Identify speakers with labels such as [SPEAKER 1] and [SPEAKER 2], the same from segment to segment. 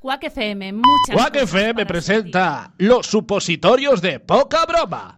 [SPEAKER 1] Quack FM, muchas
[SPEAKER 2] Quack
[SPEAKER 1] cosas
[SPEAKER 2] FM
[SPEAKER 1] para
[SPEAKER 2] presenta los supositorios de poca broma.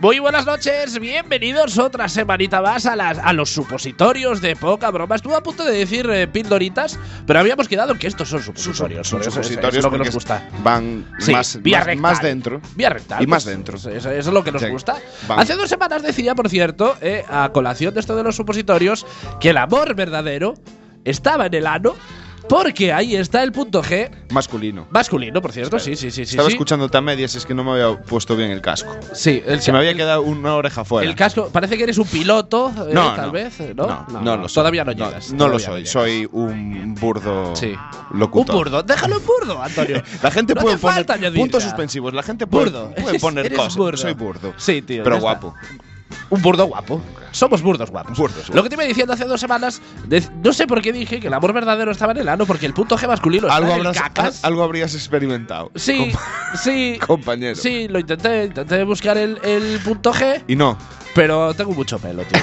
[SPEAKER 2] Muy buenas noches, bienvenidos otra semanita más a, las, a los supositorios de poca broma. Estuve a punto de decir eh, pildoritas, pero habíamos quedado que estos son supositorios.
[SPEAKER 3] Son
[SPEAKER 2] eso es- eso
[SPEAKER 3] supositorios
[SPEAKER 2] es lo que
[SPEAKER 3] porque
[SPEAKER 2] nos gusta.
[SPEAKER 3] Van
[SPEAKER 2] Sí,
[SPEAKER 3] más,
[SPEAKER 2] vía
[SPEAKER 3] más,
[SPEAKER 2] rectal.
[SPEAKER 3] más dentro.
[SPEAKER 2] Vía rectal.
[SPEAKER 3] Y más
[SPEAKER 2] pues,
[SPEAKER 3] dentro.
[SPEAKER 2] Eso, eso es lo que nos
[SPEAKER 3] Sí.
[SPEAKER 2] gusta.
[SPEAKER 3] Vamos.
[SPEAKER 2] Hace dos semanas decía, por cierto, eh, a colación de esto de los supositorios, que el amor verdadero estaba en el ano porque ahí está el punto G.
[SPEAKER 3] Masculino.
[SPEAKER 2] Masculino, por cierto, sí, sí, sí. sí,
[SPEAKER 3] Estaba
[SPEAKER 2] sí.
[SPEAKER 3] escuchando a medias y es que no me había puesto bien el casco.
[SPEAKER 2] Sí, el,
[SPEAKER 3] Se me había
[SPEAKER 2] el-
[SPEAKER 3] quedado una oreja fuera.
[SPEAKER 2] El casco, parece que eres un piloto, eh,
[SPEAKER 3] No,
[SPEAKER 2] tal
[SPEAKER 3] no.
[SPEAKER 2] vez, ¿no?
[SPEAKER 3] No, no lo soy.
[SPEAKER 2] Todavía no
[SPEAKER 3] No,
[SPEAKER 2] llegas.
[SPEAKER 3] no lo
[SPEAKER 2] todavía
[SPEAKER 3] soy.
[SPEAKER 2] llegas.
[SPEAKER 3] Soy un burdo
[SPEAKER 2] Sí. Un
[SPEAKER 3] locutor.
[SPEAKER 2] burdo, déjalo en burdo, Antonio.
[SPEAKER 3] La gente
[SPEAKER 2] No
[SPEAKER 3] puede
[SPEAKER 2] hace falta
[SPEAKER 3] poner
[SPEAKER 2] añadir
[SPEAKER 3] puntos
[SPEAKER 2] ya.
[SPEAKER 3] suspensivos. La gente puede-
[SPEAKER 2] Burdo.
[SPEAKER 3] puede poner
[SPEAKER 2] Eres
[SPEAKER 3] cosas.
[SPEAKER 2] burdo.
[SPEAKER 3] Soy burdo.
[SPEAKER 2] Sí, tío. ya
[SPEAKER 3] Pero
[SPEAKER 2] está.
[SPEAKER 3] guapo.
[SPEAKER 2] Un burdo guapo. Somos burdos guapos.
[SPEAKER 3] Burdos guapos.
[SPEAKER 2] Lo que te iba diciendo hace dos semanas, de- no sé por qué dije que el amor verdadero estaba en el ano, porque el punto G masculino está
[SPEAKER 3] Algo
[SPEAKER 2] en el
[SPEAKER 3] habrás,
[SPEAKER 2] cacas.
[SPEAKER 3] algo habrías experimentado.
[SPEAKER 2] Sí, sí.
[SPEAKER 3] com- compañero.
[SPEAKER 2] Sí, lo intenté, intenté buscar el, el punto G,
[SPEAKER 3] Y no.
[SPEAKER 2] pero tengo mucho pelo, tío.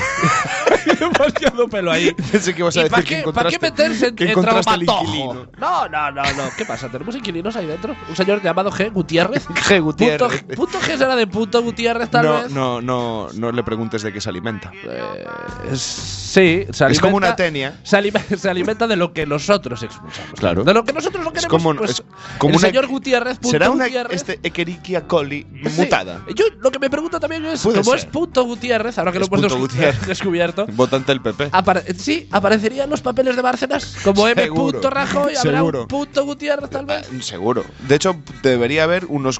[SPEAKER 2] Demasiado pelo ahí.
[SPEAKER 3] Pensé que ibas a
[SPEAKER 2] ¿Y
[SPEAKER 3] decir
[SPEAKER 2] para
[SPEAKER 3] que
[SPEAKER 2] qué, para
[SPEAKER 3] encontraste-
[SPEAKER 2] qué meterse en,
[SPEAKER 3] que
[SPEAKER 2] en
[SPEAKER 3] encontraste al
[SPEAKER 2] traumatojo?
[SPEAKER 3] inquilino.
[SPEAKER 2] No, no, no, no. ¿Qué pasa? ¿Tenemos inquilinos ahí dentro? Un señor llamado G. Gutiérrez.
[SPEAKER 3] G. Gutiérrez.
[SPEAKER 2] Punto, punto G será de punto Gutiérrez, tal
[SPEAKER 3] no,
[SPEAKER 2] vez.
[SPEAKER 3] no, no, no le preguntes de qué se alimenta.
[SPEAKER 2] Eh, sí, se alimenta,
[SPEAKER 3] Es como una tenia.
[SPEAKER 2] Se alime- se alimenta, de lo que nosotros expulsamos.
[SPEAKER 3] Claro.
[SPEAKER 2] De lo que nosotros no
[SPEAKER 3] Es
[SPEAKER 2] queremos.
[SPEAKER 3] como-
[SPEAKER 2] pues,
[SPEAKER 3] es como
[SPEAKER 2] el
[SPEAKER 3] una-
[SPEAKER 2] señor Gutiérrez. punto
[SPEAKER 3] ¿Será una
[SPEAKER 2] Gutiérrez.
[SPEAKER 3] este, Escherichia coli
[SPEAKER 2] Sí.
[SPEAKER 3] mutada?
[SPEAKER 2] Yo lo que me pregunto también es,
[SPEAKER 3] Puede
[SPEAKER 2] como
[SPEAKER 3] ser.
[SPEAKER 2] es punto Gutiérrez, ahora que lo
[SPEAKER 3] Es punto
[SPEAKER 2] hemos
[SPEAKER 3] Gutiérrez.
[SPEAKER 2] descubierto,
[SPEAKER 3] Votante del PP.
[SPEAKER 2] Apare- sí, aparecerían los papeles de Bárcenas como M.
[SPEAKER 3] Seguro,
[SPEAKER 2] punto Rajoy, habrá
[SPEAKER 3] seguro.
[SPEAKER 2] un punto Gutiérrez tal
[SPEAKER 3] Ah,
[SPEAKER 2] vez.
[SPEAKER 3] Seguro. De hecho, debería haber unos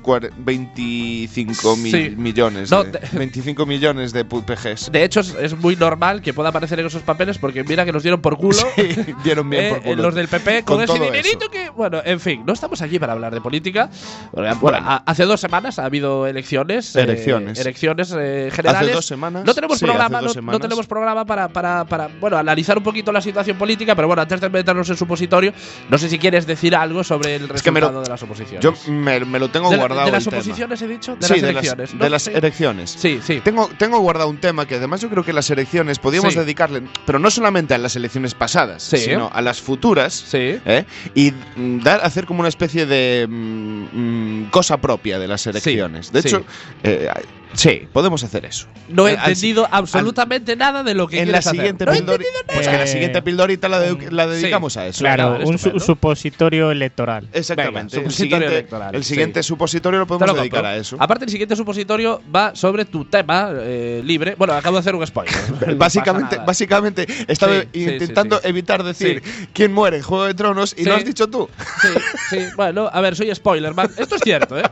[SPEAKER 3] 25
[SPEAKER 2] Sí.
[SPEAKER 3] mil millones.
[SPEAKER 2] No,
[SPEAKER 3] de,
[SPEAKER 2] te-
[SPEAKER 3] 25 millones de pu- PGs.
[SPEAKER 2] De hecho, es, es muy normal que pueda aparecer en esos papeles porque mira que nos dieron por culo.
[SPEAKER 3] Sí, dieron bien
[SPEAKER 2] eh,
[SPEAKER 3] por culo.
[SPEAKER 2] Los del PP con,
[SPEAKER 3] Con
[SPEAKER 2] ese
[SPEAKER 3] todo
[SPEAKER 2] dinerito
[SPEAKER 3] eso.
[SPEAKER 2] que. Bueno, en fin, no estamos aquí para hablar de política. Bueno,
[SPEAKER 3] Bueno.
[SPEAKER 2] a- hace dos semanas ha habido elecciones. eh,
[SPEAKER 3] Elecciones.
[SPEAKER 2] elecciones eh, generales.
[SPEAKER 3] Hace dos semanas.
[SPEAKER 2] No tenemos
[SPEAKER 3] Sí,
[SPEAKER 2] programa,
[SPEAKER 3] hace
[SPEAKER 2] no,
[SPEAKER 3] dos
[SPEAKER 2] no
[SPEAKER 3] semanas.
[SPEAKER 2] tenemos programa para, para, para, bueno, analizar un poquito la situación política, pero bueno, antes de meternos en supositorio, no sé si quieres decir algo sobre el
[SPEAKER 3] que me
[SPEAKER 2] resultado
[SPEAKER 3] lo-
[SPEAKER 2] de las oposiciones.
[SPEAKER 3] Yo me, me lo tengo
[SPEAKER 2] de, la-
[SPEAKER 3] guardado.
[SPEAKER 2] de las
[SPEAKER 3] el tema.
[SPEAKER 2] oposiciones he dicho, de
[SPEAKER 3] sí,
[SPEAKER 2] las
[SPEAKER 3] de
[SPEAKER 2] elecciones.
[SPEAKER 3] las,
[SPEAKER 2] ¿no?
[SPEAKER 3] de las
[SPEAKER 2] sí.
[SPEAKER 3] elecciones.
[SPEAKER 2] sí, sí.
[SPEAKER 3] Tengo, tengo guardado un tema que además yo creo que las elecciones podíamos
[SPEAKER 2] Sí.
[SPEAKER 3] dedicarle, pero no solamente a las elecciones pasadas,
[SPEAKER 2] Sí.
[SPEAKER 3] sino a las futuras,
[SPEAKER 2] Sí.
[SPEAKER 3] ¿eh? y mm, dar, hacer como una especie de mm, mm, cosa propia de las elecciones. de
[SPEAKER 2] sí.
[SPEAKER 3] hecho, eh, sí, podemos hacer eso.
[SPEAKER 2] No he
[SPEAKER 3] Eh, al-
[SPEAKER 2] entendido absolutamente nada de lo que
[SPEAKER 3] en la
[SPEAKER 2] quieres hacer.
[SPEAKER 3] siguiente
[SPEAKER 2] No he
[SPEAKER 3] pildori-
[SPEAKER 2] entendido
[SPEAKER 3] pues que la
[SPEAKER 4] Eh,
[SPEAKER 3] siguiente pildorita la, de-
[SPEAKER 4] un-
[SPEAKER 3] la
[SPEAKER 2] sí.
[SPEAKER 3] dedicamos a eso.
[SPEAKER 4] Claro,
[SPEAKER 2] Claro,
[SPEAKER 4] un su-
[SPEAKER 2] estupendo.
[SPEAKER 4] supositorio electoral.
[SPEAKER 3] Exactamente.
[SPEAKER 2] Venga,
[SPEAKER 3] el
[SPEAKER 2] supositorio
[SPEAKER 3] siguiente,
[SPEAKER 2] electoral,
[SPEAKER 3] el
[SPEAKER 2] sí.
[SPEAKER 3] siguiente supositorio lo
[SPEAKER 2] Te
[SPEAKER 3] podemos
[SPEAKER 2] lo
[SPEAKER 3] dedicar
[SPEAKER 2] compro.
[SPEAKER 3] a eso.
[SPEAKER 2] Aparte, el siguiente supositorio va sobre tu tema eh, libre. Bueno, acabo de hacer un spoiler. No
[SPEAKER 3] Básicamente,
[SPEAKER 2] pasa nada.
[SPEAKER 3] básicamente estaba
[SPEAKER 2] Sí, sí, sí,
[SPEAKER 3] intentando
[SPEAKER 2] sí.
[SPEAKER 3] evitar decir quién muere en Juego de Tronos y
[SPEAKER 2] Sí.
[SPEAKER 3] lo has dicho tú.
[SPEAKER 2] Sí, sí. Bueno, a ver, soy spoiler, man. Esto es cierto, ¿eh?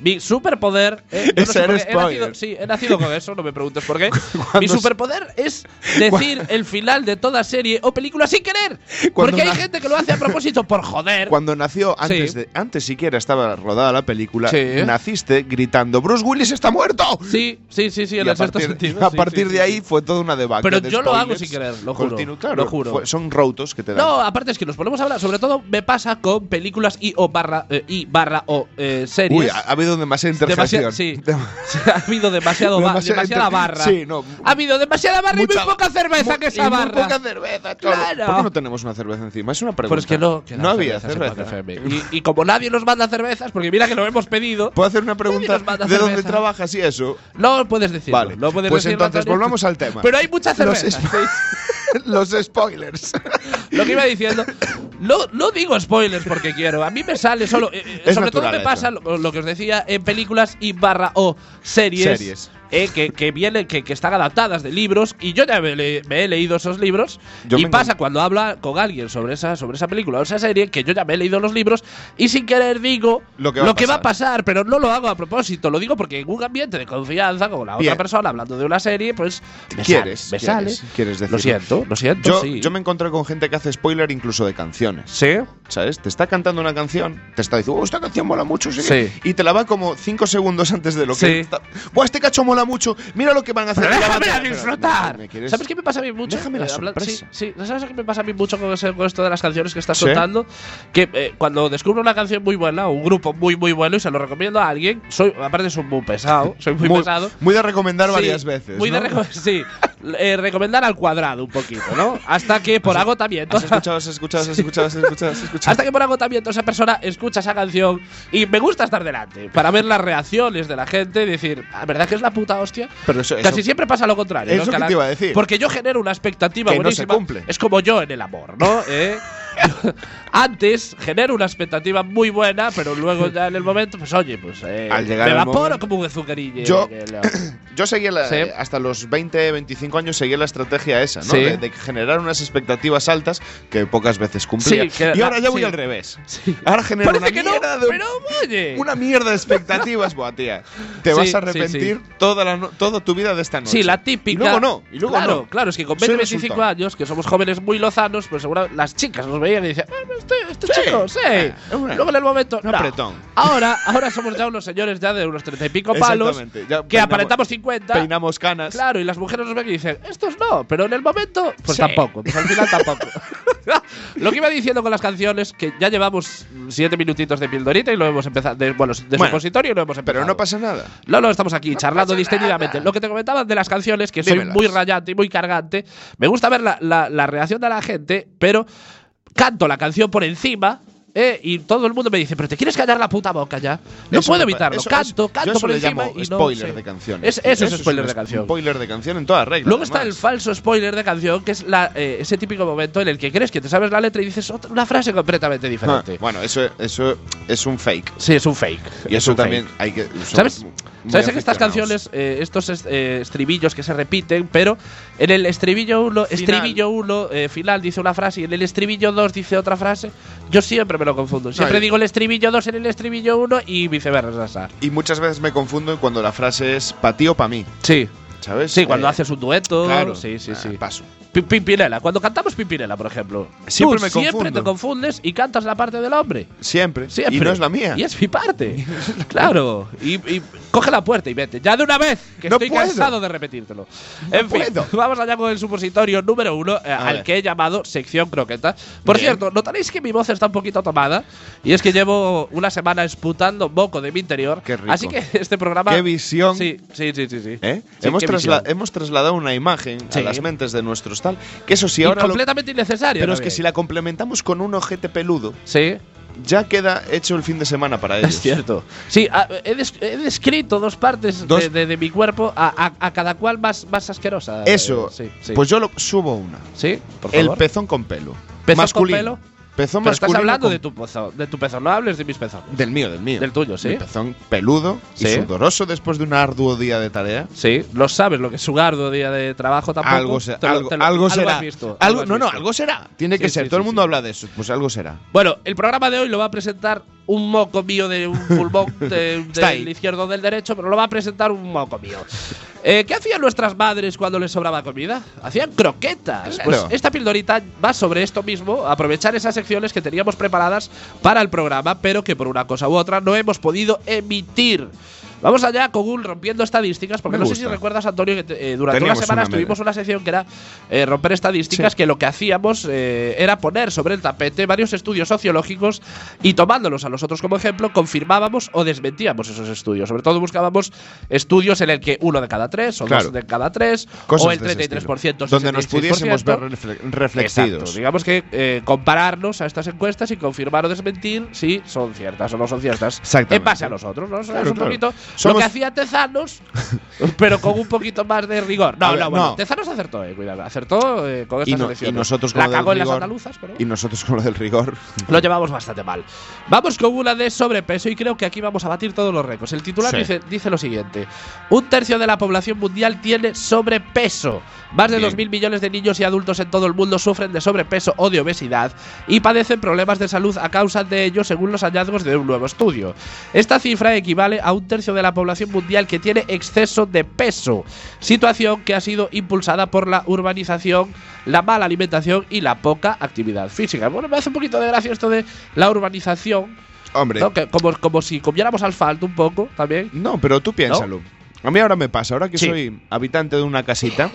[SPEAKER 2] Mi superpoder. eh, yo
[SPEAKER 3] Es
[SPEAKER 2] sé
[SPEAKER 3] ser
[SPEAKER 2] por qué, he
[SPEAKER 3] spoiler.
[SPEAKER 2] nacido- sí, he nacido con eso, no me preguntes por qué.
[SPEAKER 3] Cuando
[SPEAKER 2] Mi
[SPEAKER 3] se-
[SPEAKER 2] superpoder es decir el final de toda serie o película sin querer.
[SPEAKER 3] Cuando
[SPEAKER 2] Porque hay
[SPEAKER 3] na-
[SPEAKER 2] gente que lo hace a propósito por joder.
[SPEAKER 3] Cuando nació, antes,
[SPEAKER 2] Sí.
[SPEAKER 3] de, antes siquiera estaba rodada la película,
[SPEAKER 2] Sí.
[SPEAKER 3] naciste gritando: ¡Bruce Willis está muerto!
[SPEAKER 2] Sí, sí, sí, sí,
[SPEAKER 3] Y
[SPEAKER 2] en
[SPEAKER 3] a
[SPEAKER 2] el sexto
[SPEAKER 3] partir,
[SPEAKER 2] sentido.
[SPEAKER 3] a
[SPEAKER 2] sí,
[SPEAKER 3] partir
[SPEAKER 2] sí, sí,
[SPEAKER 3] de ahí
[SPEAKER 2] sí.
[SPEAKER 3] fue toda una debacle.
[SPEAKER 2] Pero
[SPEAKER 3] de
[SPEAKER 2] yo lo hago
[SPEAKER 3] spoilers.
[SPEAKER 2] sin querer, lo juro,
[SPEAKER 3] Continu- claro,
[SPEAKER 2] lo juro.
[SPEAKER 3] fue- son rotos que te dan.
[SPEAKER 2] No, aparte es que los problemas ahora, sobre todo, me pasa con películas y o barra, eh, y barra o eh, series.
[SPEAKER 3] Uy, ha, ha habido
[SPEAKER 2] Demasi-
[SPEAKER 3] demasiada interjección.
[SPEAKER 2] sí.
[SPEAKER 3] Dem-
[SPEAKER 2] ha habido demasiado ba-
[SPEAKER 3] Demasiada
[SPEAKER 2] demasiada
[SPEAKER 3] inter-
[SPEAKER 2] barra.
[SPEAKER 3] Sí, no.
[SPEAKER 2] Ha habido demasiada barra y
[SPEAKER 3] Mucha-
[SPEAKER 2] muy poca cerveza
[SPEAKER 3] mu-
[SPEAKER 2] que
[SPEAKER 3] y
[SPEAKER 2] esa
[SPEAKER 3] muy
[SPEAKER 2] barra.
[SPEAKER 3] poca cerveza, cholo.
[SPEAKER 2] Claro.
[SPEAKER 3] ¿Por qué no tenemos una cerveza encima? Es una pregunta.
[SPEAKER 2] Pero es que no, que
[SPEAKER 3] No había
[SPEAKER 2] cervezas en
[SPEAKER 3] cerveza.
[SPEAKER 2] Poker FM. Y, y como nadie nos manda cervezas, porque mira que lo hemos pedido,
[SPEAKER 3] ¿Puedo hacer una
[SPEAKER 2] Nadie
[SPEAKER 3] pregunta?
[SPEAKER 2] nos manda
[SPEAKER 3] ¿De dónde
[SPEAKER 2] cerveza.
[SPEAKER 3] trabajas y eso?
[SPEAKER 2] no puedes decirlo.
[SPEAKER 3] Vale.
[SPEAKER 2] no puedes
[SPEAKER 3] pues
[SPEAKER 2] decirlo,
[SPEAKER 3] entonces
[SPEAKER 2] Antonio.
[SPEAKER 3] volvamos al tema.
[SPEAKER 2] Pero hay mucha
[SPEAKER 3] Los
[SPEAKER 2] cerveza. Pues
[SPEAKER 3] spo- Los spoilers.
[SPEAKER 2] Lo que iba diciendo. No, no digo spoilers porque quiero. A mí me sale solo. eh, eh,
[SPEAKER 3] Es
[SPEAKER 2] sobre todo me
[SPEAKER 3] natural
[SPEAKER 2] pasa
[SPEAKER 3] eso.
[SPEAKER 2] lo, lo que os decía en películas y barra o series.
[SPEAKER 3] Series.
[SPEAKER 2] eh, que, que vienen, que, que están adaptadas de libros. Y yo ya me, le- me he leído esos libros.
[SPEAKER 3] Yo
[SPEAKER 2] y
[SPEAKER 3] me
[SPEAKER 2] pasa
[SPEAKER 3] encan-
[SPEAKER 2] cuando habla con alguien sobre esa, sobre esa película o esa serie que yo ya me he leído los libros. Y sin querer digo
[SPEAKER 3] Lo que va
[SPEAKER 2] va
[SPEAKER 3] a
[SPEAKER 2] a
[SPEAKER 3] pasar.
[SPEAKER 2] pasar. Pero no lo hago a propósito. Lo digo porque en un ambiente de confianza con la
[SPEAKER 3] Bien.
[SPEAKER 2] otra persona hablando de una serie, pues. Me
[SPEAKER 3] ¿Quieres?
[SPEAKER 2] sale, me
[SPEAKER 3] ¿Quieres?
[SPEAKER 2] sale.
[SPEAKER 3] ¿Quieres
[SPEAKER 2] Lo
[SPEAKER 3] decirlo?
[SPEAKER 2] siento, lo siento.
[SPEAKER 3] Yo,
[SPEAKER 2] sí.
[SPEAKER 3] yo me encontré con gente que hace spoiler incluso de canciones.
[SPEAKER 2] Sí.
[SPEAKER 3] ¿Sabes? Te está cantando una canción, te está diciendo, oh, esta canción mola mucho, sí.
[SPEAKER 2] Sí.
[SPEAKER 3] Y te la va como cinco segundos antes de lo que.
[SPEAKER 2] Sí.
[SPEAKER 3] está- Buah, este cacho mola mucho. Mira lo que van a hacer.
[SPEAKER 2] Pero
[SPEAKER 3] Mira,
[SPEAKER 2] déjame
[SPEAKER 3] espera,
[SPEAKER 2] a
[SPEAKER 3] espera,
[SPEAKER 2] disfrutar.
[SPEAKER 3] ¿me quieres?
[SPEAKER 2] ¿Sabes qué me pasa a mí mucho?
[SPEAKER 3] Déjame la
[SPEAKER 2] Eh, habla-
[SPEAKER 3] sorpresa.
[SPEAKER 2] Sí, sí. ¿sabes qué me pasa a mí mucho con, ese- con esto de las canciones que estás
[SPEAKER 3] Sí.
[SPEAKER 2] soltando? Que eh, cuando descubro una canción muy buena o un grupo muy, muy bueno y se lo recomiendo a alguien, soy, aparte soy muy pesado, soy muy, pesado.
[SPEAKER 3] muy de recomendar
[SPEAKER 2] Sí,
[SPEAKER 3] varias veces.
[SPEAKER 2] Muy de
[SPEAKER 3] ¿no?
[SPEAKER 2] reco- sí. Eh, recomendar al cuadrado un poquito, ¿no? Hasta que por agotamiento.
[SPEAKER 3] Has escuchado, has escuchado, has escuchado, has escuchado, has escuchado.
[SPEAKER 2] Hasta que por agotamiento esa persona escucha esa canción y me gusta estar delante para ver las reacciones de la gente y decir, la verdad que es la puta hostia.
[SPEAKER 3] Pero eso, eso-
[SPEAKER 2] Casi siempre pasa lo contrario.
[SPEAKER 3] Eso
[SPEAKER 2] ¿no?
[SPEAKER 3] que
[SPEAKER 2] la-
[SPEAKER 3] te iba a decir.
[SPEAKER 2] Porque yo genero una expectativa
[SPEAKER 3] Que no
[SPEAKER 2] buenísima.
[SPEAKER 3] se cumple.
[SPEAKER 2] Es como yo en el amor, ¿no? ¿Eh? Antes genero una expectativa muy buena, pero luego ya en el momento, pues oye, pues eh,
[SPEAKER 3] Al llegar
[SPEAKER 2] me
[SPEAKER 3] el
[SPEAKER 2] evaporo
[SPEAKER 3] momento-
[SPEAKER 2] como un azucarillo.
[SPEAKER 3] Yo-
[SPEAKER 2] que lo-
[SPEAKER 3] Yo seguía la-
[SPEAKER 2] Sí.
[SPEAKER 3] hasta los 20, 25 años seguía la estrategia esa, ¿no?
[SPEAKER 2] Sí.
[SPEAKER 3] De, de generar unas expectativas altas que pocas veces cumplía.
[SPEAKER 2] Sí, que
[SPEAKER 3] y
[SPEAKER 2] la-
[SPEAKER 3] ahora ya voy
[SPEAKER 2] sí.
[SPEAKER 3] al revés.
[SPEAKER 2] Sí.
[SPEAKER 3] Ahora genero
[SPEAKER 2] Parece
[SPEAKER 3] una
[SPEAKER 2] que no,
[SPEAKER 3] mierda de
[SPEAKER 2] pero oye.
[SPEAKER 3] una mierda de expectativas, buah, tía. Te
[SPEAKER 2] Sí,
[SPEAKER 3] vas a
[SPEAKER 2] sí,
[SPEAKER 3] arrepentir toda la no- toda tu vida de esta noche.
[SPEAKER 2] Sí, la típica.
[SPEAKER 3] Y luego no, y luego
[SPEAKER 2] claro,
[SPEAKER 3] no.
[SPEAKER 2] claro, es que con
[SPEAKER 3] Soy
[SPEAKER 2] 20, 25
[SPEAKER 3] resultado.
[SPEAKER 2] años, que somos jóvenes muy lozanos, pues seguro las chicas nos veían y decían, "Ah, este, este
[SPEAKER 3] Sí,
[SPEAKER 2] chico, sí.
[SPEAKER 3] ah, es una-
[SPEAKER 2] luego en el momento.
[SPEAKER 3] un
[SPEAKER 2] no.
[SPEAKER 3] apretón.
[SPEAKER 2] Ahora, ahora somos ya unos señores ya de unos 30 y pico palos,
[SPEAKER 3] Exactamente, ya
[SPEAKER 2] que
[SPEAKER 3] peinamos-
[SPEAKER 2] aparentamos 50.
[SPEAKER 3] pues, Peinamos canas.
[SPEAKER 2] Claro, y las mujeres nos ven y dicen, estos no, pero en el momento, pues
[SPEAKER 3] Sí.
[SPEAKER 2] tampoco, pues al final tampoco. lo que iba diciendo con las canciones, que ya llevamos mm, siete minutitos de pildorita y lo hemos empezado, de, bueno, de
[SPEAKER 3] Bueno,
[SPEAKER 2] supositorio y lo hemos empezado.
[SPEAKER 3] Pero no pasa nada.
[SPEAKER 2] No, no, estamos aquí charlando distendidamente. Lo que te comentaba de las canciones, que
[SPEAKER 3] Dímelas.
[SPEAKER 2] soy muy rayante y muy cargante, me gusta ver la, la- la reacción de la gente, pero canto la canción por encima. eh, y todo el mundo me dice, pero te quieres callar la puta boca ya. No
[SPEAKER 3] Eso
[SPEAKER 2] puedo
[SPEAKER 3] me pa-
[SPEAKER 2] evitarlo.
[SPEAKER 3] eso-
[SPEAKER 2] canto,
[SPEAKER 3] eso-
[SPEAKER 2] canto
[SPEAKER 3] yo eso
[SPEAKER 2] por
[SPEAKER 3] le
[SPEAKER 2] encima.
[SPEAKER 3] llamo
[SPEAKER 2] y no
[SPEAKER 3] spoiler
[SPEAKER 2] sé.
[SPEAKER 3] de canción.
[SPEAKER 2] Es- eso es spoiler de canción.
[SPEAKER 3] Spoiler de canción en toda regla.
[SPEAKER 2] Luego está el
[SPEAKER 3] además.
[SPEAKER 2] falso spoiler de canción, que es la, eh, ese típico momento en el que crees que te sabes la letra y dices otra- una frase completamente
[SPEAKER 3] Ah,
[SPEAKER 2] diferente.
[SPEAKER 3] Bueno, eso, eso es un fake.
[SPEAKER 2] Sí, es un fake.
[SPEAKER 3] Y
[SPEAKER 2] Es
[SPEAKER 3] eso
[SPEAKER 2] un fake.
[SPEAKER 3] también hay que.
[SPEAKER 2] ¿Sabes? ¿Sabes que estas canciones, eh, estos est- eh, estribillos que se repiten, pero en el estribillo 1,
[SPEAKER 3] Final.
[SPEAKER 2] estribillo uno, eh, final dice una frase y en el estribillo 2 dice otra frase, yo siempre me lo confundo. Siempre
[SPEAKER 3] yo-
[SPEAKER 2] digo el estribillo 2 en el estribillo 1 y viceversa.
[SPEAKER 3] Y muchas veces me confundo cuando la frase es pa' ti o pa' mí.
[SPEAKER 2] Sí.
[SPEAKER 3] ¿Sabes?
[SPEAKER 2] Sí, cuando
[SPEAKER 3] Eh,
[SPEAKER 2] haces un dueto.
[SPEAKER 3] Claro.
[SPEAKER 2] Sí, sí,
[SPEAKER 3] Ah,
[SPEAKER 2] sí.
[SPEAKER 3] paso.
[SPEAKER 2] Pi- Pimpinela. Cuando cantamos Pimpinela, por ejemplo.
[SPEAKER 3] Siempre
[SPEAKER 2] tú
[SPEAKER 3] me
[SPEAKER 2] siempre
[SPEAKER 3] confundo.
[SPEAKER 2] te confundes y cantas la parte del hombre.
[SPEAKER 3] Siempre.
[SPEAKER 2] Siempre.
[SPEAKER 3] Y no es la mía.
[SPEAKER 2] Y es mi parte. claro. Y, y coge la puerta y vete. Ya de una vez, que
[SPEAKER 3] No
[SPEAKER 2] estoy
[SPEAKER 3] puedo.
[SPEAKER 2] cansado de repetírtelo. en fin,
[SPEAKER 3] puedo.
[SPEAKER 2] vamos allá con el supositorio número uno, eh,
[SPEAKER 3] A
[SPEAKER 2] al
[SPEAKER 3] ver.
[SPEAKER 2] que he llamado sección croqueta. Por
[SPEAKER 3] Bien.
[SPEAKER 2] cierto, notaréis que mi voz está un poquito tomada. Y es que llevo una semana esputando moco de mi interior.
[SPEAKER 3] Qué rico.
[SPEAKER 2] Así que este programa.
[SPEAKER 3] Qué visión.
[SPEAKER 2] Sí, sí, sí, sí. sí.
[SPEAKER 3] ¿Eh?
[SPEAKER 2] Sí,
[SPEAKER 3] hemos,
[SPEAKER 2] qué
[SPEAKER 3] trasla-
[SPEAKER 2] visión.
[SPEAKER 3] hemos trasladado una imagen a
[SPEAKER 2] Sí.
[SPEAKER 3] las mentes de nuestros tal. Que eso sí,
[SPEAKER 2] Y
[SPEAKER 3] ahora. lo-
[SPEAKER 2] completamente innecesario.
[SPEAKER 3] Pero es
[SPEAKER 2] también.
[SPEAKER 3] que si la complementamos con un ojete peludo,
[SPEAKER 2] Sí.
[SPEAKER 3] ya queda hecho el fin de semana para ellos.
[SPEAKER 2] Es cierto. Sí, a- he, des- he descrito dos partes
[SPEAKER 3] Dos-
[SPEAKER 2] De, de- de mi cuerpo, a, a- a cada cual más, más asquerosa.
[SPEAKER 3] Eso.
[SPEAKER 2] Eh, Sí, sí.
[SPEAKER 3] Pues yo lo subo una.
[SPEAKER 2] sí, por
[SPEAKER 3] El
[SPEAKER 2] favor.
[SPEAKER 3] pezón con pelo.
[SPEAKER 2] ¿Pezón con
[SPEAKER 3] masculino.
[SPEAKER 2] pelo?
[SPEAKER 3] Pezón
[SPEAKER 2] Pero
[SPEAKER 3] masculino.
[SPEAKER 2] estás hablando
[SPEAKER 3] con-
[SPEAKER 2] de tu, pezón, de tu pezón, no hables de mis pezones.
[SPEAKER 3] Del mío, del mío.
[SPEAKER 2] Del tuyo, sí.
[SPEAKER 3] Mi pezón peludo y
[SPEAKER 2] Sí.
[SPEAKER 3] sudoroso después de un arduo día de tarea.
[SPEAKER 2] Sí, no sabes lo que es su gardo día de trabajo tampoco.
[SPEAKER 3] Algo, se-
[SPEAKER 2] Te lo-
[SPEAKER 3] algo,
[SPEAKER 2] te lo-
[SPEAKER 3] algo
[SPEAKER 2] has
[SPEAKER 3] será.
[SPEAKER 2] visto,
[SPEAKER 3] Algo-
[SPEAKER 2] has
[SPEAKER 3] no, no,
[SPEAKER 2] visto.
[SPEAKER 3] algo será. Tiene que
[SPEAKER 2] Sí,
[SPEAKER 3] ser.
[SPEAKER 2] sí,
[SPEAKER 3] Todo el
[SPEAKER 2] sí,
[SPEAKER 3] mundo
[SPEAKER 2] sí.
[SPEAKER 3] habla de eso. Pues algo será.
[SPEAKER 2] Bueno, el programa de hoy lo va a presentar un moco mío de un pulmón de-
[SPEAKER 3] Está
[SPEAKER 2] del
[SPEAKER 3] ahí.
[SPEAKER 2] izquierdo del derecho, pero lo va a presentar un moco mío. Eh, ¿Qué hacían nuestras madres cuando les sobraba comida? Hacían croquetas. Pues
[SPEAKER 3] Claro.
[SPEAKER 2] esta pildorita va sobre esto mismo, aprovechar esas secciones que teníamos preparadas para el programa, pero que por una cosa u otra no hemos podido emitir. Vamos allá con un rompiendo estadísticas, porque
[SPEAKER 3] Me
[SPEAKER 2] no sé
[SPEAKER 3] gusta.
[SPEAKER 2] si recuerdas, Antonio, que te- eh, durante
[SPEAKER 3] Teníamos
[SPEAKER 2] una semana
[SPEAKER 3] una media.
[SPEAKER 2] estuvimos una sección que era eh, romper estadísticas,
[SPEAKER 3] Sí.
[SPEAKER 2] que lo que hacíamos eh, era poner sobre el tapete varios estudios sociológicos y tomándolos a nosotros como ejemplo, confirmábamos o desmentíamos esos estudios. Sobre todo buscábamos estudios en el que uno de cada tres, o
[SPEAKER 3] Claro.
[SPEAKER 2] dos de cada tres,
[SPEAKER 3] Cosas
[SPEAKER 2] o el
[SPEAKER 3] de ese estilo.
[SPEAKER 2] 33%.
[SPEAKER 3] Donde nos
[SPEAKER 2] 66%.
[SPEAKER 3] pudiésemos ver refle-
[SPEAKER 2] Exacto.
[SPEAKER 3] reflexidos.
[SPEAKER 2] Digamos que eh, compararnos a estas encuestas y confirmar o desmentir si son ciertas o no son ciertas.
[SPEAKER 3] Exactamente.
[SPEAKER 2] En base a nosotros, ¿no?
[SPEAKER 3] Claro,
[SPEAKER 2] es un
[SPEAKER 3] claro.
[SPEAKER 2] poquito lo
[SPEAKER 3] Somos-
[SPEAKER 2] que hacía Tezanos, pero con un poquito más de rigor. No,
[SPEAKER 3] A ver,
[SPEAKER 2] no, bueno,
[SPEAKER 3] no.
[SPEAKER 2] Tezanos acertó, eh, cuidado. Acertó eh, con estas
[SPEAKER 3] no- y
[SPEAKER 2] elecciones.
[SPEAKER 3] nosotros con
[SPEAKER 2] La
[SPEAKER 3] lo del
[SPEAKER 2] cagó en las
[SPEAKER 3] rigor.
[SPEAKER 2] andaluzas, pero
[SPEAKER 3] Y nosotros con lo del rigor.
[SPEAKER 2] lo llevamos bastante mal. Vamos con una de sobrepeso y creo que aquí vamos a batir todos los récords. El titular
[SPEAKER 3] Sí.
[SPEAKER 2] dice, dice lo siguiente. Un tercio de la población mundial tiene sobrepeso. Más de
[SPEAKER 3] Bien.
[SPEAKER 2] 2.000 millones de niños y adultos en todo el mundo sufren de sobrepeso o de obesidad y padecen problemas de salud a causa de ello según los hallazgos de un nuevo estudio. Esta cifra equivale a un tercio de la población mundial que tiene exceso de peso, situación que ha sido impulsada por la urbanización, la mala alimentación y la poca actividad física. Bueno, me hace un poquito de gracia esto de la urbanización,
[SPEAKER 3] Hombre.
[SPEAKER 2] ¿no? Que como, como si comiéramos asfalto un poco también.
[SPEAKER 3] No, pero tú piénsalo. A mí ahora me pasa, ahora que
[SPEAKER 2] Sí.
[SPEAKER 3] soy habitante de una casita,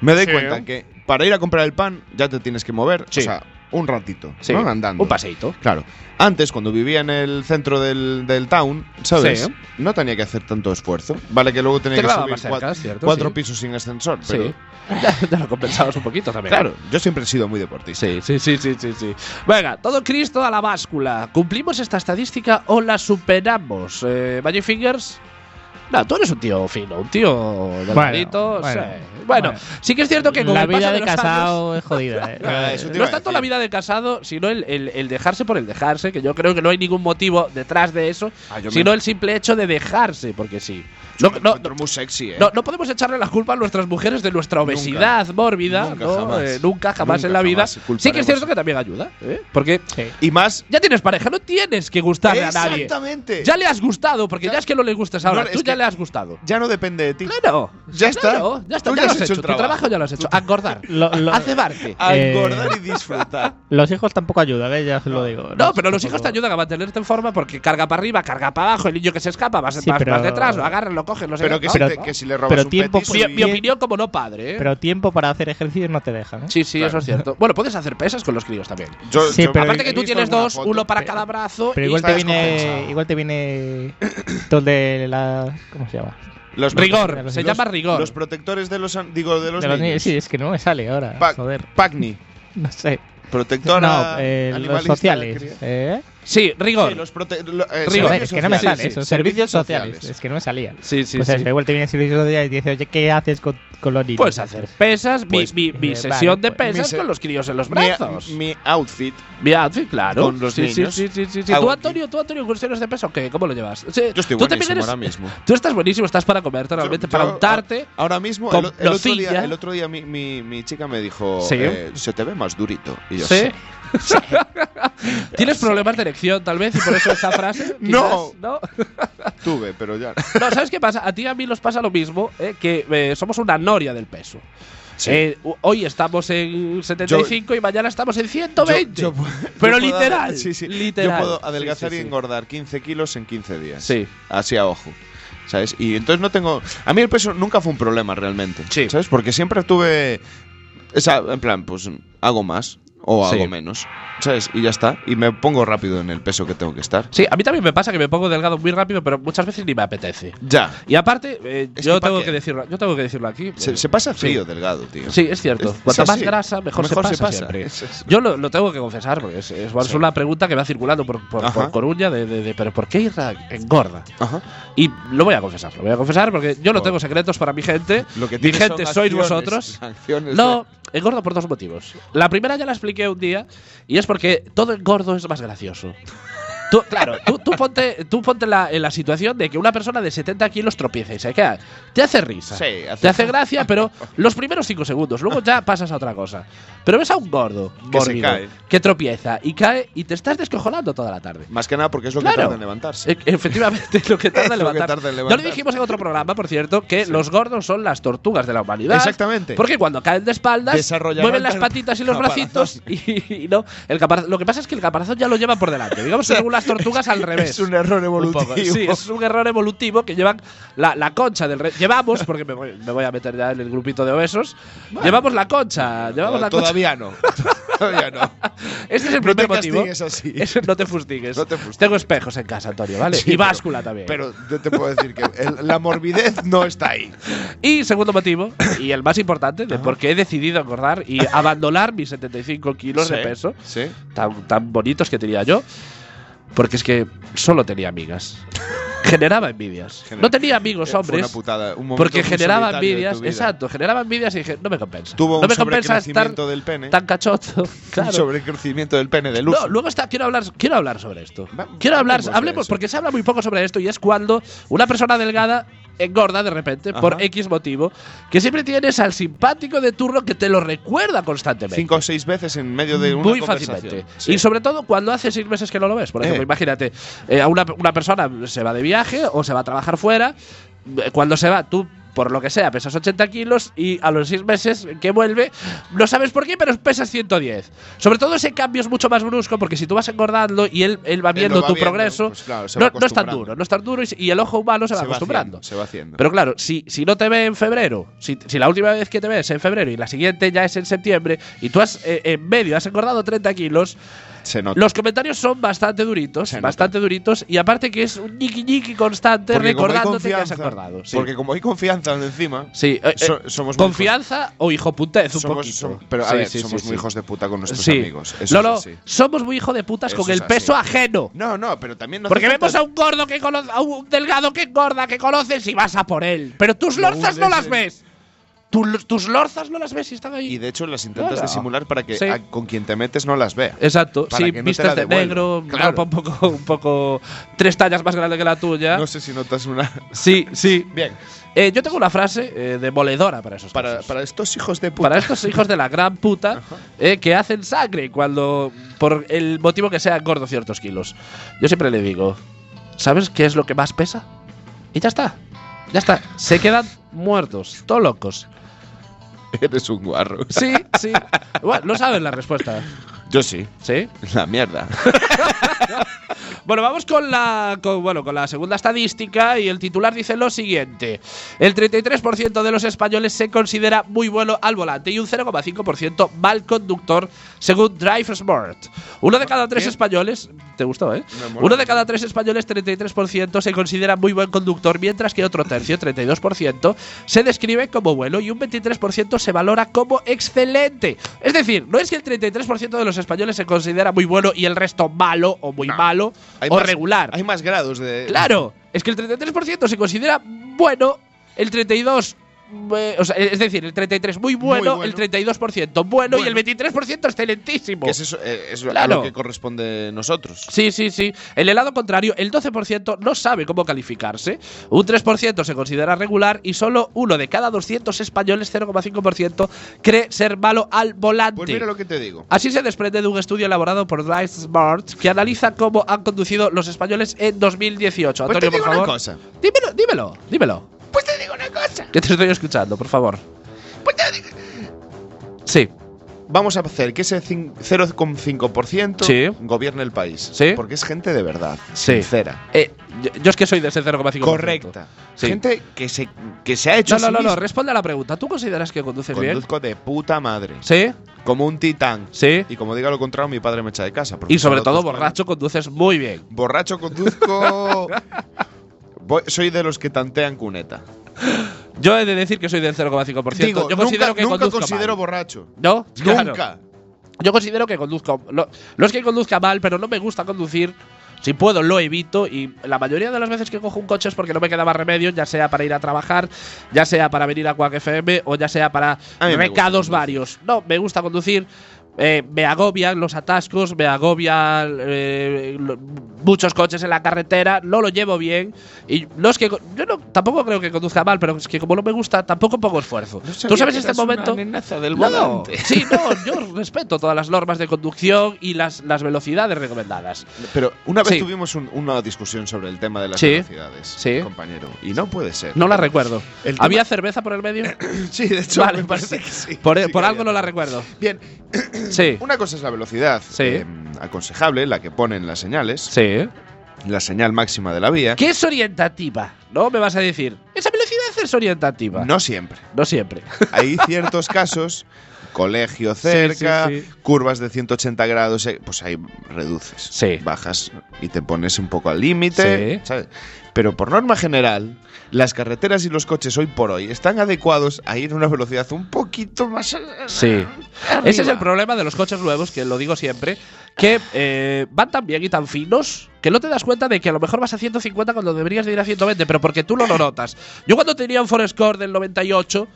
[SPEAKER 3] me doy
[SPEAKER 1] Sí.
[SPEAKER 3] cuenta que para ir a comprar el pan ya te tienes que mover,
[SPEAKER 2] Sí.
[SPEAKER 3] o sea, un ratito,
[SPEAKER 2] Sí.
[SPEAKER 3] ¿no? Andando.
[SPEAKER 2] Un paseíto.
[SPEAKER 3] Claro. Antes, cuando vivía en el centro del, del town, ¿sabes?
[SPEAKER 2] Sí.
[SPEAKER 3] No tenía que hacer tanto esfuerzo. Vale que luego tenía
[SPEAKER 2] Te
[SPEAKER 3] que
[SPEAKER 2] quedaba
[SPEAKER 3] subir
[SPEAKER 2] más cerca,
[SPEAKER 3] cuat-
[SPEAKER 2] es cierto,
[SPEAKER 3] cuatro
[SPEAKER 2] sí.
[SPEAKER 3] pisos sin ascensor, pero...
[SPEAKER 2] Sí. Ya, ya lo compensabas un poquito también.
[SPEAKER 3] Claro, yo siempre he sido muy deportista.
[SPEAKER 2] Sí, sí, sí, sí, sí, sí. Venga, todo Cristo a la báscula. ¿Cumplimos esta estadística o la superamos? Eh, Magic Fingers. No, tú eres un tío fino, un tío delgadito. sí. Bueno,
[SPEAKER 1] bueno,
[SPEAKER 2] bueno,
[SPEAKER 1] bueno.
[SPEAKER 2] sí que es cierto que con
[SPEAKER 1] la
[SPEAKER 2] el paso
[SPEAKER 1] vida de
[SPEAKER 2] los años-
[SPEAKER 1] casado es jodida, ¿eh?
[SPEAKER 3] Ah, eso te
[SPEAKER 2] no
[SPEAKER 3] iba
[SPEAKER 2] es
[SPEAKER 3] a
[SPEAKER 2] tanto
[SPEAKER 3] decir.
[SPEAKER 2] la vida de casado, sino el, el- el dejarse por el dejarse, que yo creo que no hay ningún motivo detrás de eso,
[SPEAKER 3] Ah, yo me-
[SPEAKER 2] sino el simple hecho de dejarse, porque sí.
[SPEAKER 3] Yo
[SPEAKER 2] No,
[SPEAKER 3] me
[SPEAKER 2] no-
[SPEAKER 3] encuentro muy sexy, ¿eh?
[SPEAKER 2] no, no podemos echarle la culpa a nuestras mujeres de nuestra
[SPEAKER 3] Nunca.
[SPEAKER 2] obesidad mórbida,
[SPEAKER 3] Nunca
[SPEAKER 2] ¿no?
[SPEAKER 3] jamás.
[SPEAKER 2] Eh, nunca jamás
[SPEAKER 3] Nunca
[SPEAKER 2] en la vida.
[SPEAKER 3] jamás culparemos.
[SPEAKER 2] Sí que es cierto que también ayuda, ¿eh? porque
[SPEAKER 1] Sí.
[SPEAKER 3] Y más...
[SPEAKER 2] ya tienes pareja, no tienes que gustarle a nadie.
[SPEAKER 3] Exactamente.
[SPEAKER 2] Ya le has gustado, porque ya,
[SPEAKER 3] Ya-
[SPEAKER 2] es que no le gustas ahora,
[SPEAKER 3] No, es
[SPEAKER 2] tú ya
[SPEAKER 3] que-
[SPEAKER 2] le has gustado.
[SPEAKER 3] Ya no depende de ti.
[SPEAKER 2] Claro,
[SPEAKER 3] Ya está.
[SPEAKER 2] claro, ya está,
[SPEAKER 3] Tú
[SPEAKER 2] ya lo has hecho,
[SPEAKER 3] el
[SPEAKER 2] tu trabajo ya lo has hecho, a engordar,
[SPEAKER 1] Lo- lo-
[SPEAKER 2] a cebarte.
[SPEAKER 3] A
[SPEAKER 1] Eh,
[SPEAKER 3] engordar y disfrutar.
[SPEAKER 1] Los hijos tampoco ayudan, ¿eh? Ya os lo digo.
[SPEAKER 2] No, pero los
[SPEAKER 1] tampoco-
[SPEAKER 2] hijos te ayudan a mantenerte en forma porque carga para arriba, carga para abajo, el niño que se escapa, vas,
[SPEAKER 1] Sí,
[SPEAKER 2] vas-
[SPEAKER 1] pero-
[SPEAKER 2] vas detrás, lo agarras, lo coges, no sé qué,
[SPEAKER 3] Pero que,
[SPEAKER 2] ¿no?
[SPEAKER 3] si
[SPEAKER 1] pero-
[SPEAKER 3] te, que si le robas
[SPEAKER 1] pero
[SPEAKER 3] un
[SPEAKER 1] tiempo-
[SPEAKER 3] petis,
[SPEAKER 2] Mi, mi
[SPEAKER 3] bien.
[SPEAKER 2] opinión como no padre, ¿eh?
[SPEAKER 1] Pero tiempo para hacer ejercicio no te dejan, ¿eh?
[SPEAKER 2] sí, sí, eso es cierto. Bueno, puedes hacer pesas con los críos también.
[SPEAKER 3] Yo-
[SPEAKER 1] Sí,
[SPEAKER 3] yo-
[SPEAKER 1] pero-
[SPEAKER 2] Aparte
[SPEAKER 1] he
[SPEAKER 2] que tú
[SPEAKER 3] visto
[SPEAKER 2] tienes
[SPEAKER 3] alguna
[SPEAKER 2] dos,
[SPEAKER 3] foto.
[SPEAKER 2] uno para
[SPEAKER 1] Pero-
[SPEAKER 2] cada brazo
[SPEAKER 1] Pero
[SPEAKER 2] y
[SPEAKER 1] igual
[SPEAKER 2] está
[SPEAKER 1] te viene.
[SPEAKER 3] descompensado.
[SPEAKER 1] Igual te viene. Todo el de la. ¿Cómo se llama?
[SPEAKER 3] Los
[SPEAKER 2] rigor,
[SPEAKER 1] los-
[SPEAKER 2] se
[SPEAKER 3] los-
[SPEAKER 2] llama rigor.
[SPEAKER 3] Los protectores de los an- digo de los,
[SPEAKER 1] De los niños.
[SPEAKER 3] niños.
[SPEAKER 1] Sí, es que no me sale ahora.
[SPEAKER 2] ah,
[SPEAKER 3] Pa-
[SPEAKER 1] Joder.
[SPEAKER 3] Pacni,
[SPEAKER 1] No sé.
[SPEAKER 3] protectora
[SPEAKER 1] no, eh, los
[SPEAKER 3] animalista de cría.
[SPEAKER 1] sociales. ¿Eh?
[SPEAKER 2] sí,
[SPEAKER 3] Sí,
[SPEAKER 2] rigor.
[SPEAKER 3] los prote- lo- eh,
[SPEAKER 2] Rigor.
[SPEAKER 3] servicios
[SPEAKER 1] Joder, es que no me
[SPEAKER 3] sociales.
[SPEAKER 1] sale.
[SPEAKER 2] sí,
[SPEAKER 1] Son
[SPEAKER 3] sí. Servicios
[SPEAKER 1] servicios sociales.
[SPEAKER 3] sociales.
[SPEAKER 1] Es que no me salía.
[SPEAKER 2] Sí, sí,
[SPEAKER 1] pues
[SPEAKER 2] sí.
[SPEAKER 1] eso, igual te viene servicios sociales y dice, oye, ¿qué haces con, con los niños?
[SPEAKER 2] Puedes hacer pesas, mi-
[SPEAKER 3] Pues,
[SPEAKER 2] mi, mi
[SPEAKER 1] eh,
[SPEAKER 2] sesión
[SPEAKER 1] vale,
[SPEAKER 2] de
[SPEAKER 1] pues,
[SPEAKER 3] mi
[SPEAKER 2] pesas
[SPEAKER 3] se-
[SPEAKER 2] con los críos en los brazos.
[SPEAKER 3] Mi, mi outfit.
[SPEAKER 2] Mi outfit, claro.
[SPEAKER 3] Con los
[SPEAKER 2] sí,
[SPEAKER 3] niños.
[SPEAKER 2] Sí, sí, sí. sí.
[SPEAKER 3] Hago
[SPEAKER 2] ¿Tú,
[SPEAKER 3] aquí.
[SPEAKER 2] Antonio, tú, Antonio, con sesiones de peso, ¿qué? ¿Cómo lo llevas? Sí,
[SPEAKER 3] Yo estoy
[SPEAKER 2] tú también
[SPEAKER 3] buenísimo
[SPEAKER 2] eres-
[SPEAKER 3] ahora mismo.
[SPEAKER 2] Tú estás buenísimo, estás para comerte realmente,
[SPEAKER 3] Yo-
[SPEAKER 2] para
[SPEAKER 3] yo-
[SPEAKER 2] untarte.
[SPEAKER 3] Ahora mismo,
[SPEAKER 2] con
[SPEAKER 3] el, el otro
[SPEAKER 2] nocilla.
[SPEAKER 3] día, el otro día mi, mi- mi chica me dijo,
[SPEAKER 2] Sí.
[SPEAKER 3] eh, se te ve más durito. Y yo,
[SPEAKER 2] Sí. ¿Tienes problemas de erección, tal vez? Y por eso esa frase.
[SPEAKER 3] No.
[SPEAKER 2] quizás, no.
[SPEAKER 3] tuve, pero ya.
[SPEAKER 2] No, ¿sabes qué pasa? A ti y a mí nos pasa lo mismo, eh, que eh, somos una noria del peso.
[SPEAKER 3] Sí.
[SPEAKER 2] Eh, u- hoy estamos en 75 y mañana estamos en 120.
[SPEAKER 3] Yo- yo puedo-
[SPEAKER 2] pero
[SPEAKER 3] yo puedo
[SPEAKER 2] literal,
[SPEAKER 3] adel- sí, sí.
[SPEAKER 2] literal.
[SPEAKER 3] Yo puedo adelgazar
[SPEAKER 2] Sí, sí,
[SPEAKER 3] y
[SPEAKER 2] sí.
[SPEAKER 3] engordar 15 kilos en 15 días.
[SPEAKER 2] Sí.
[SPEAKER 3] Así a ojo. ¿Sabes? Y entonces no tengo. A mí el peso nunca fue un problema realmente.
[SPEAKER 2] Sí.
[SPEAKER 3] ¿Sabes? Porque siempre tuve. O sea, en plan, pues hago más o
[SPEAKER 2] Sí.
[SPEAKER 3] hago menos. ¿Sabes? Y ya está. Y me pongo rápido en el peso que tengo que estar.
[SPEAKER 2] Sí, a mí también me pasa que me pongo delgado muy rápido, pero muchas veces ni me apetece.
[SPEAKER 3] Ya.
[SPEAKER 2] Y aparte, eh,
[SPEAKER 3] Es
[SPEAKER 2] yo,
[SPEAKER 3] que pa'
[SPEAKER 2] tengo
[SPEAKER 3] qué.
[SPEAKER 2] que decirlo, yo tengo que decirlo aquí.
[SPEAKER 3] Se,
[SPEAKER 2] eh,
[SPEAKER 3] se pasa
[SPEAKER 2] sí.
[SPEAKER 3] frío delgado, tío.
[SPEAKER 2] Sí, es cierto.
[SPEAKER 3] Es-
[SPEAKER 2] Cuanta
[SPEAKER 3] es
[SPEAKER 2] más
[SPEAKER 3] así.
[SPEAKER 2] grasa, mejor, se pasa. siempre.
[SPEAKER 3] Es- es-
[SPEAKER 2] Yo lo, lo tengo que confesar, porque es, es- es una pregunta que va circulando por, por- por
[SPEAKER 3] Ajá.
[SPEAKER 2] Coruña de, de- de, pero ¿por qué Irra engorda?
[SPEAKER 3] Ajá.
[SPEAKER 2] Y lo voy a confesar, lo voy a confesar porque yo no
[SPEAKER 3] Por-
[SPEAKER 2] tengo secretos para mi gente.
[SPEAKER 3] Lo que
[SPEAKER 2] mi
[SPEAKER 3] tienes son
[SPEAKER 2] gente sois
[SPEAKER 3] acciones,
[SPEAKER 2] vosotros.
[SPEAKER 3] acciones
[SPEAKER 2] No, engordo por dos motivos. La primera ya la expliqué un día y es porque todo engordo es más gracioso. Tú, claro, tú, tú ponte, tú ponte la- en la situación de que una persona de 70 kilos tropieza y se queda. Te hace risa.
[SPEAKER 3] Sí, hace-
[SPEAKER 2] Te hace gracia, pero los primeros 5 segundos. Luego ya pasas a otra cosa. Pero ves a un gordo
[SPEAKER 3] Que se
[SPEAKER 2] mórbido,
[SPEAKER 3] cae.
[SPEAKER 2] que tropieza y cae y te estás descojonando toda la tarde.
[SPEAKER 3] de- Más que nada porque es lo que
[SPEAKER 2] Claro.
[SPEAKER 3] tarda en levantarse.
[SPEAKER 2] E- Efectivamente, lo que tarda en
[SPEAKER 3] Es lo que
[SPEAKER 2] levantar.
[SPEAKER 3] tarda en
[SPEAKER 2] Ya
[SPEAKER 3] levantar.
[SPEAKER 2] lo dijimos en otro programa, por cierto, que los gordos son las tortugas de la humanidad.
[SPEAKER 3] Exactamente.
[SPEAKER 2] Porque cuando caen de espaldas,
[SPEAKER 3] Desarrollarán
[SPEAKER 2] mueven las
[SPEAKER 3] el
[SPEAKER 2] patitas y los
[SPEAKER 3] caparazón.
[SPEAKER 2] bracitos y, y no. El caparazón- lo que pasa es que el caparazón ya lo lleva por delante. Digamos que son las tortugas al revés.
[SPEAKER 3] Es un error
[SPEAKER 2] Un
[SPEAKER 3] evolutivo.
[SPEAKER 2] poco. Sí, es un error evolutivo que llevan la, la concha del rey. Llevamos, porque me voy, me voy a meter ya en el grupito de obesos. llevamos la concha. Llevamos la concha.
[SPEAKER 3] Todavía no. Todavía no.
[SPEAKER 2] Este es el
[SPEAKER 3] No
[SPEAKER 2] primer
[SPEAKER 3] te
[SPEAKER 2] motivo.
[SPEAKER 3] castigues así.
[SPEAKER 2] Ese- no te fustigues.
[SPEAKER 3] No te fustigues.
[SPEAKER 2] Tengo espejos en casa, Antonio, ¿vale?
[SPEAKER 3] Sí,
[SPEAKER 2] y
[SPEAKER 3] pero-
[SPEAKER 2] báscula también.
[SPEAKER 3] Pero yo te puedo decir que el- la morbidez no está ahí.
[SPEAKER 2] Y segundo motivo, y el más importante,
[SPEAKER 3] Ah.
[SPEAKER 2] de por qué he decidido engordar y abandonar mis 75 kilos de
[SPEAKER 3] Sí,
[SPEAKER 2] peso,
[SPEAKER 3] Sí.
[SPEAKER 2] tan, tan bonitos que tenía yo, porque es que solo tenía amigas. Generaba envidias.
[SPEAKER 3] Genera-
[SPEAKER 2] No tenía amigos
[SPEAKER 3] Eh, Fue
[SPEAKER 2] hombres.
[SPEAKER 3] una putada. Un momento
[SPEAKER 2] Porque
[SPEAKER 3] muy
[SPEAKER 2] generaba
[SPEAKER 3] solitario de tu
[SPEAKER 2] envidias,
[SPEAKER 3] vida.
[SPEAKER 2] exacto, generaba envidias y dije, no me compensa.
[SPEAKER 3] Tuvo
[SPEAKER 2] no
[SPEAKER 3] un
[SPEAKER 2] me compensa estar
[SPEAKER 3] sobrecrecimiento del pene.
[SPEAKER 2] tan cachoto. Claro.
[SPEAKER 3] Un sobrecrecimiento del pene de luz.
[SPEAKER 2] No, luego está, quiero hablar, quiero hablar sobre esto.
[SPEAKER 3] Va-
[SPEAKER 2] Quiero hablar,
[SPEAKER 3] hablemos de
[SPEAKER 2] hablemos,
[SPEAKER 3] eso.
[SPEAKER 2] porque se habla muy poco sobre esto y es cuando una persona delgada engorda de repente por
[SPEAKER 3] Ajá.
[SPEAKER 2] X motivo, que siempre tienes al simpático de turno que te lo recuerda constantemente.
[SPEAKER 3] Cinco o seis veces en medio de una
[SPEAKER 2] muy
[SPEAKER 3] conversación.
[SPEAKER 2] fácilmente.
[SPEAKER 3] Sí.
[SPEAKER 2] Y sobre todo cuando hace seis meses que no lo ves. Por ejemplo,
[SPEAKER 3] Eh.
[SPEAKER 2] imagínate, eh, a una, una persona se va de viaje o se va a trabajar fuera. eh, Cuando se va, tú por lo que sea, pesas 80 kilos y a los 6 meses que vuelve, no sabes por qué, pero pesas 110. Sobre todo ese cambio es mucho más brusco porque si tú vas engordando y él, él va
[SPEAKER 3] lo
[SPEAKER 2] viendo
[SPEAKER 3] va
[SPEAKER 2] tu
[SPEAKER 3] viendo,
[SPEAKER 2] progreso,
[SPEAKER 3] pues claro, se
[SPEAKER 2] no,
[SPEAKER 3] va
[SPEAKER 2] no es tan
[SPEAKER 3] acostumbrando.
[SPEAKER 2] duro, no es tan duro y, y el ojo humano se va
[SPEAKER 3] Se va
[SPEAKER 2] acostumbrando.
[SPEAKER 3] haciendo, se va haciendo.
[SPEAKER 2] Pero claro, si, si no te ve en febrero, si, si la última vez que te ves en febrero y la siguiente ya es en septiembre, y tú has eh, en medio has engordado 30 kilos,
[SPEAKER 3] se nota.
[SPEAKER 2] los comentarios son bastante duritos,
[SPEAKER 3] Se nota.
[SPEAKER 2] bastante duritos, y aparte que es un ñiqui ñiqui constante
[SPEAKER 3] Porque como hay
[SPEAKER 2] recordándote que has
[SPEAKER 3] confianza-
[SPEAKER 2] acordado. Sí,
[SPEAKER 3] Porque como hay confianza encima,
[SPEAKER 2] Sí, eh, eh,
[SPEAKER 3] so- somos muy
[SPEAKER 2] confianza o hijoputez un
[SPEAKER 3] somos,
[SPEAKER 2] poquito.
[SPEAKER 3] som- pero a
[SPEAKER 2] Sí,
[SPEAKER 3] ver,
[SPEAKER 2] sí,
[SPEAKER 3] somos
[SPEAKER 2] sí,
[SPEAKER 3] muy
[SPEAKER 2] sí.
[SPEAKER 3] hijos de puta con nuestros
[SPEAKER 2] Sí.
[SPEAKER 3] amigos. Eso
[SPEAKER 2] no, no,
[SPEAKER 3] es así.
[SPEAKER 2] somos muy hijo de putas
[SPEAKER 3] Eso
[SPEAKER 2] con
[SPEAKER 3] es
[SPEAKER 2] el
[SPEAKER 3] así.
[SPEAKER 2] peso ajeno.
[SPEAKER 3] No, no, pero también no
[SPEAKER 2] Porque
[SPEAKER 3] hace
[SPEAKER 2] vemos
[SPEAKER 3] falta-
[SPEAKER 2] a un gordo que conoce, a un delgado que engorda, que conoces y vas a por él. Pero tus
[SPEAKER 3] Lo
[SPEAKER 2] lorzas no
[SPEAKER 3] hundes
[SPEAKER 2] las
[SPEAKER 3] en-
[SPEAKER 2] ves. Tu- tus lorzas no las ves y están ahí.
[SPEAKER 3] Y de hecho las intentas
[SPEAKER 2] Claro.
[SPEAKER 3] disimular para que
[SPEAKER 2] Sí.
[SPEAKER 3] a- con quien te metes no las vea.
[SPEAKER 2] Exacto,
[SPEAKER 3] para
[SPEAKER 2] sí,
[SPEAKER 3] que no te
[SPEAKER 2] vistas
[SPEAKER 3] la
[SPEAKER 2] de
[SPEAKER 3] devuelvan.
[SPEAKER 2] negro,
[SPEAKER 3] Claro.
[SPEAKER 2] ropa un poco, un poco tres tallas más grande que la tuya.
[SPEAKER 3] No sé si notas una.
[SPEAKER 2] Sí, sí.
[SPEAKER 3] Bien,
[SPEAKER 2] Eh, yo tengo una frase eh, demoledora para esos
[SPEAKER 3] para,
[SPEAKER 2] casos.
[SPEAKER 3] para estos hijos de puta.
[SPEAKER 2] Para estos hijos de la gran puta eh, que hacen sangre cuando, por el motivo que sea, gordo ciertos kilos. Yo siempre le digo, ¿sabes qué es lo que más pesa? Y ya está, ya está. Se quedan muertos, todos locos.
[SPEAKER 3] Eres un guarro.
[SPEAKER 2] Sí, sí. Bueno, no saben la respuesta.
[SPEAKER 3] Yo sí.
[SPEAKER 2] ¿Sí?
[SPEAKER 3] La mierda.
[SPEAKER 2] Bueno, vamos con la, con- bueno, con la segunda estadística y el titular dice lo siguiente. El 33% de los españoles se considera muy bueno al volante y un 0,5% mal conductor según Drive Smart. Uno de cada tres
[SPEAKER 3] Bien.
[SPEAKER 2] españoles... ¿Te gustó, eh?
[SPEAKER 3] Me mola.
[SPEAKER 2] Uno de cada tres españoles, 33%, se considera muy buen conductor, mientras que otro tercio, 32%, se describe como bueno y un 23% se valora como excelente. Es decir, no es que el 33% de los españoles se considera muy bueno y el resto malo o muy
[SPEAKER 3] No.
[SPEAKER 2] malo
[SPEAKER 3] Hay
[SPEAKER 2] o
[SPEAKER 3] más-
[SPEAKER 2] regular.
[SPEAKER 3] Hay más grados de.
[SPEAKER 2] Claro, es que el 33% se considera bueno, el 32 eh, o sea, es decir, el 33 muy bueno,
[SPEAKER 3] bueno.
[SPEAKER 2] el 32% bueno, y el
[SPEAKER 3] Bueno.
[SPEAKER 2] 23% excelentísimo.
[SPEAKER 3] Que es eso, eh, es a
[SPEAKER 2] Claro.
[SPEAKER 3] lo que corresponde nosotros.
[SPEAKER 2] Sí, sí, sí. En el lado contrario, el 12% no sabe cómo calificarse, un 3% se considera regular y solo uno de cada 200 españoles, 0,5%, cree ser malo al volante.
[SPEAKER 3] Pues mira lo que te digo.
[SPEAKER 2] Así se desprende de un estudio elaborado por Drive Smart que analiza cómo han conducido los españoles en 2018.
[SPEAKER 3] Pues te
[SPEAKER 2] Antonio,
[SPEAKER 3] digo
[SPEAKER 2] por
[SPEAKER 3] una
[SPEAKER 2] favor.
[SPEAKER 3] cosa.
[SPEAKER 2] Dímelo, dímelo, dímelo. Pues te digo una cosa. Que te estoy escuchando, por favor.
[SPEAKER 3] Pues
[SPEAKER 2] Sí,
[SPEAKER 3] Vamos a hacer que ese cin- 0,5%
[SPEAKER 2] Sí.
[SPEAKER 3] gobierne el país.
[SPEAKER 2] Sí.
[SPEAKER 3] Porque es gente de verdad,
[SPEAKER 2] Sí.
[SPEAKER 3] sincera,
[SPEAKER 2] Eh, yo, yo es que soy de ese 0,5%.
[SPEAKER 3] correcta.
[SPEAKER 2] Sí.
[SPEAKER 3] Gente que se, que se ha hecho.
[SPEAKER 2] No, no,
[SPEAKER 3] a
[SPEAKER 2] no,
[SPEAKER 3] sí
[SPEAKER 2] no,
[SPEAKER 3] misma.
[SPEAKER 2] responde a la pregunta. ¿Tú consideras que conduces bien?
[SPEAKER 3] Conduzco de puta madre.
[SPEAKER 2] Sí,
[SPEAKER 3] Como un titán.
[SPEAKER 2] sí.
[SPEAKER 3] Y como diga lo contrario, mi padre me echa de casa. porque
[SPEAKER 2] Y sobre
[SPEAKER 3] no
[SPEAKER 2] todo,
[SPEAKER 3] conduzco-
[SPEAKER 2] borracho, conduces muy bien.
[SPEAKER 3] Borracho conduzco. Voy- soy de los que tantean cuneta.
[SPEAKER 2] Yo he de decir que soy del 0,5%.
[SPEAKER 3] Digo,
[SPEAKER 2] yo considero
[SPEAKER 3] nunca,
[SPEAKER 2] que
[SPEAKER 3] nunca
[SPEAKER 2] conduzco
[SPEAKER 3] considero
[SPEAKER 2] mal.
[SPEAKER 3] borracho.
[SPEAKER 2] ¿No? Claro.
[SPEAKER 3] Nunca.
[SPEAKER 2] Yo considero que conduzco. No, no es que conduzca mal, pero no me gusta conducir. Si puedo, lo evito. Y la mayoría de las veces que cojo un coche es porque no me queda más remedio, ya sea para ir a trabajar, ya sea para venir a Quack FM o ya sea para
[SPEAKER 3] A mí me
[SPEAKER 2] recados
[SPEAKER 3] gusta
[SPEAKER 2] varios. No, me gusta conducir. eh, me agobian los atascos, me agobian eh, lo- muchos coches en la carretera, no lo llevo bien. Y no es que. co- Yo no, tampoco creo que conduzca mal, pero es que como no me gusta, tampoco pongo esfuerzo. Tú sabes este momento.
[SPEAKER 3] del
[SPEAKER 2] No, sí, no, yo respeto todas las normas de conducción y las, las velocidades recomendadas.
[SPEAKER 3] Pero una vez
[SPEAKER 2] Sí.
[SPEAKER 3] tuvimos un- una discusión sobre el tema de las
[SPEAKER 2] Sí.
[SPEAKER 3] velocidades,
[SPEAKER 2] Sí.
[SPEAKER 3] compañero. Y no puede ser.
[SPEAKER 2] No la recuerdo.
[SPEAKER 3] El tema-
[SPEAKER 2] ¿Había cerveza por el medio?
[SPEAKER 3] Sí, de hecho,
[SPEAKER 2] Vale,
[SPEAKER 3] me parece
[SPEAKER 2] pues,
[SPEAKER 3] que sí.
[SPEAKER 2] Por,
[SPEAKER 3] Sí que
[SPEAKER 2] por
[SPEAKER 3] había.
[SPEAKER 2] algo no la recuerdo.
[SPEAKER 3] Bien,
[SPEAKER 2] Sí.
[SPEAKER 3] una cosa es la velocidad em,
[SPEAKER 2] Sí.
[SPEAKER 3] aconsejable, la que ponen las señales,
[SPEAKER 2] Sí.
[SPEAKER 3] la señal máxima de la vía.
[SPEAKER 2] ¿Qué es orientativa? No me vas a decir. Esa velocidad es orientativa.
[SPEAKER 3] No siempre.
[SPEAKER 2] No siempre.
[SPEAKER 3] Hay ciertos casos, colegio cerca,
[SPEAKER 2] sí, sí.
[SPEAKER 3] curvas de 180 grados, eh, pues ahí reduces,
[SPEAKER 2] Sí.
[SPEAKER 3] bajas y te pones un poco al límite.
[SPEAKER 2] Sí.
[SPEAKER 3] ¿sabes? Pero por norma general, las carreteras y los coches hoy por hoy están adecuados a ir a una velocidad un poquito más. a-
[SPEAKER 2] Sí.
[SPEAKER 3] arriba.
[SPEAKER 2] Ese es el problema de los coches nuevos, que lo digo siempre, que eh, van tan bien y tan finos que no te das cuenta de que a lo mejor vas a 150 cuando deberías de ir a 120, pero porque tú no lo notas. Yo cuando tenía un Forescore del 98,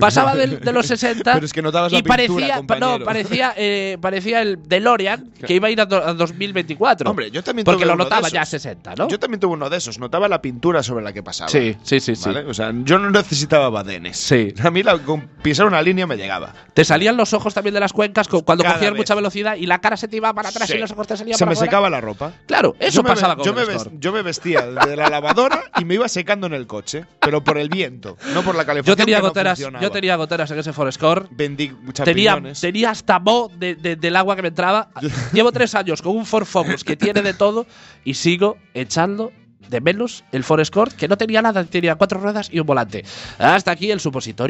[SPEAKER 2] pasaba del- de los 60
[SPEAKER 3] Pero es que notabas
[SPEAKER 2] y
[SPEAKER 3] la pintura,
[SPEAKER 2] parecía, pa- no,
[SPEAKER 3] compañero.
[SPEAKER 2] parecía, eh, parecía el DeLorean que iba a ir a, do- a 2024.
[SPEAKER 3] Hombre, yo también
[SPEAKER 2] porque
[SPEAKER 3] tuve
[SPEAKER 2] lo
[SPEAKER 3] uno de
[SPEAKER 2] notaba ya a
[SPEAKER 3] esos.
[SPEAKER 2] 60, ¿no?
[SPEAKER 3] Yo también tuve uno de esos, notaba la pintura sobre la que pasaba.
[SPEAKER 2] sí, sí, sí, sí.
[SPEAKER 3] ¿vale? O sea, yo no necesitaba badenes.
[SPEAKER 2] Sí.
[SPEAKER 3] A mí la- con pisar una línea me llegaba.
[SPEAKER 2] Te salían los ojos también de las cuencas co- cuando
[SPEAKER 3] Cada
[SPEAKER 2] cogían
[SPEAKER 3] vez.
[SPEAKER 2] mucha velocidad y la cara se te iba para atrás
[SPEAKER 3] Sí.
[SPEAKER 2] y los ojos te salían
[SPEAKER 3] Se
[SPEAKER 2] para
[SPEAKER 3] me
[SPEAKER 2] fuera.
[SPEAKER 3] secaba la ropa.
[SPEAKER 2] Claro, Eso
[SPEAKER 3] yo me
[SPEAKER 2] pasaba
[SPEAKER 3] ve-
[SPEAKER 2] con
[SPEAKER 3] yo me,
[SPEAKER 2] el
[SPEAKER 3] ves-
[SPEAKER 2] store.
[SPEAKER 3] yo me vestía de la lavadora y me iba secando en el coche, pero por el viento, no por la
[SPEAKER 2] Yo
[SPEAKER 3] calefacción.
[SPEAKER 2] tenía
[SPEAKER 3] que no
[SPEAKER 2] goteras,
[SPEAKER 3] funcionaba.
[SPEAKER 2] yo tenía goteras en ese Forescore.
[SPEAKER 3] Vendí
[SPEAKER 2] Tenía,
[SPEAKER 3] champiñones.
[SPEAKER 2] tenía hasta mo de- de- del agua que me entraba. Llevo tres años con un Ford Focus que tiene de todo y sigo echando de menos el Forescore que no tenía nada, tenía cuatro ruedas y un volante. Hasta aquí el supositorio.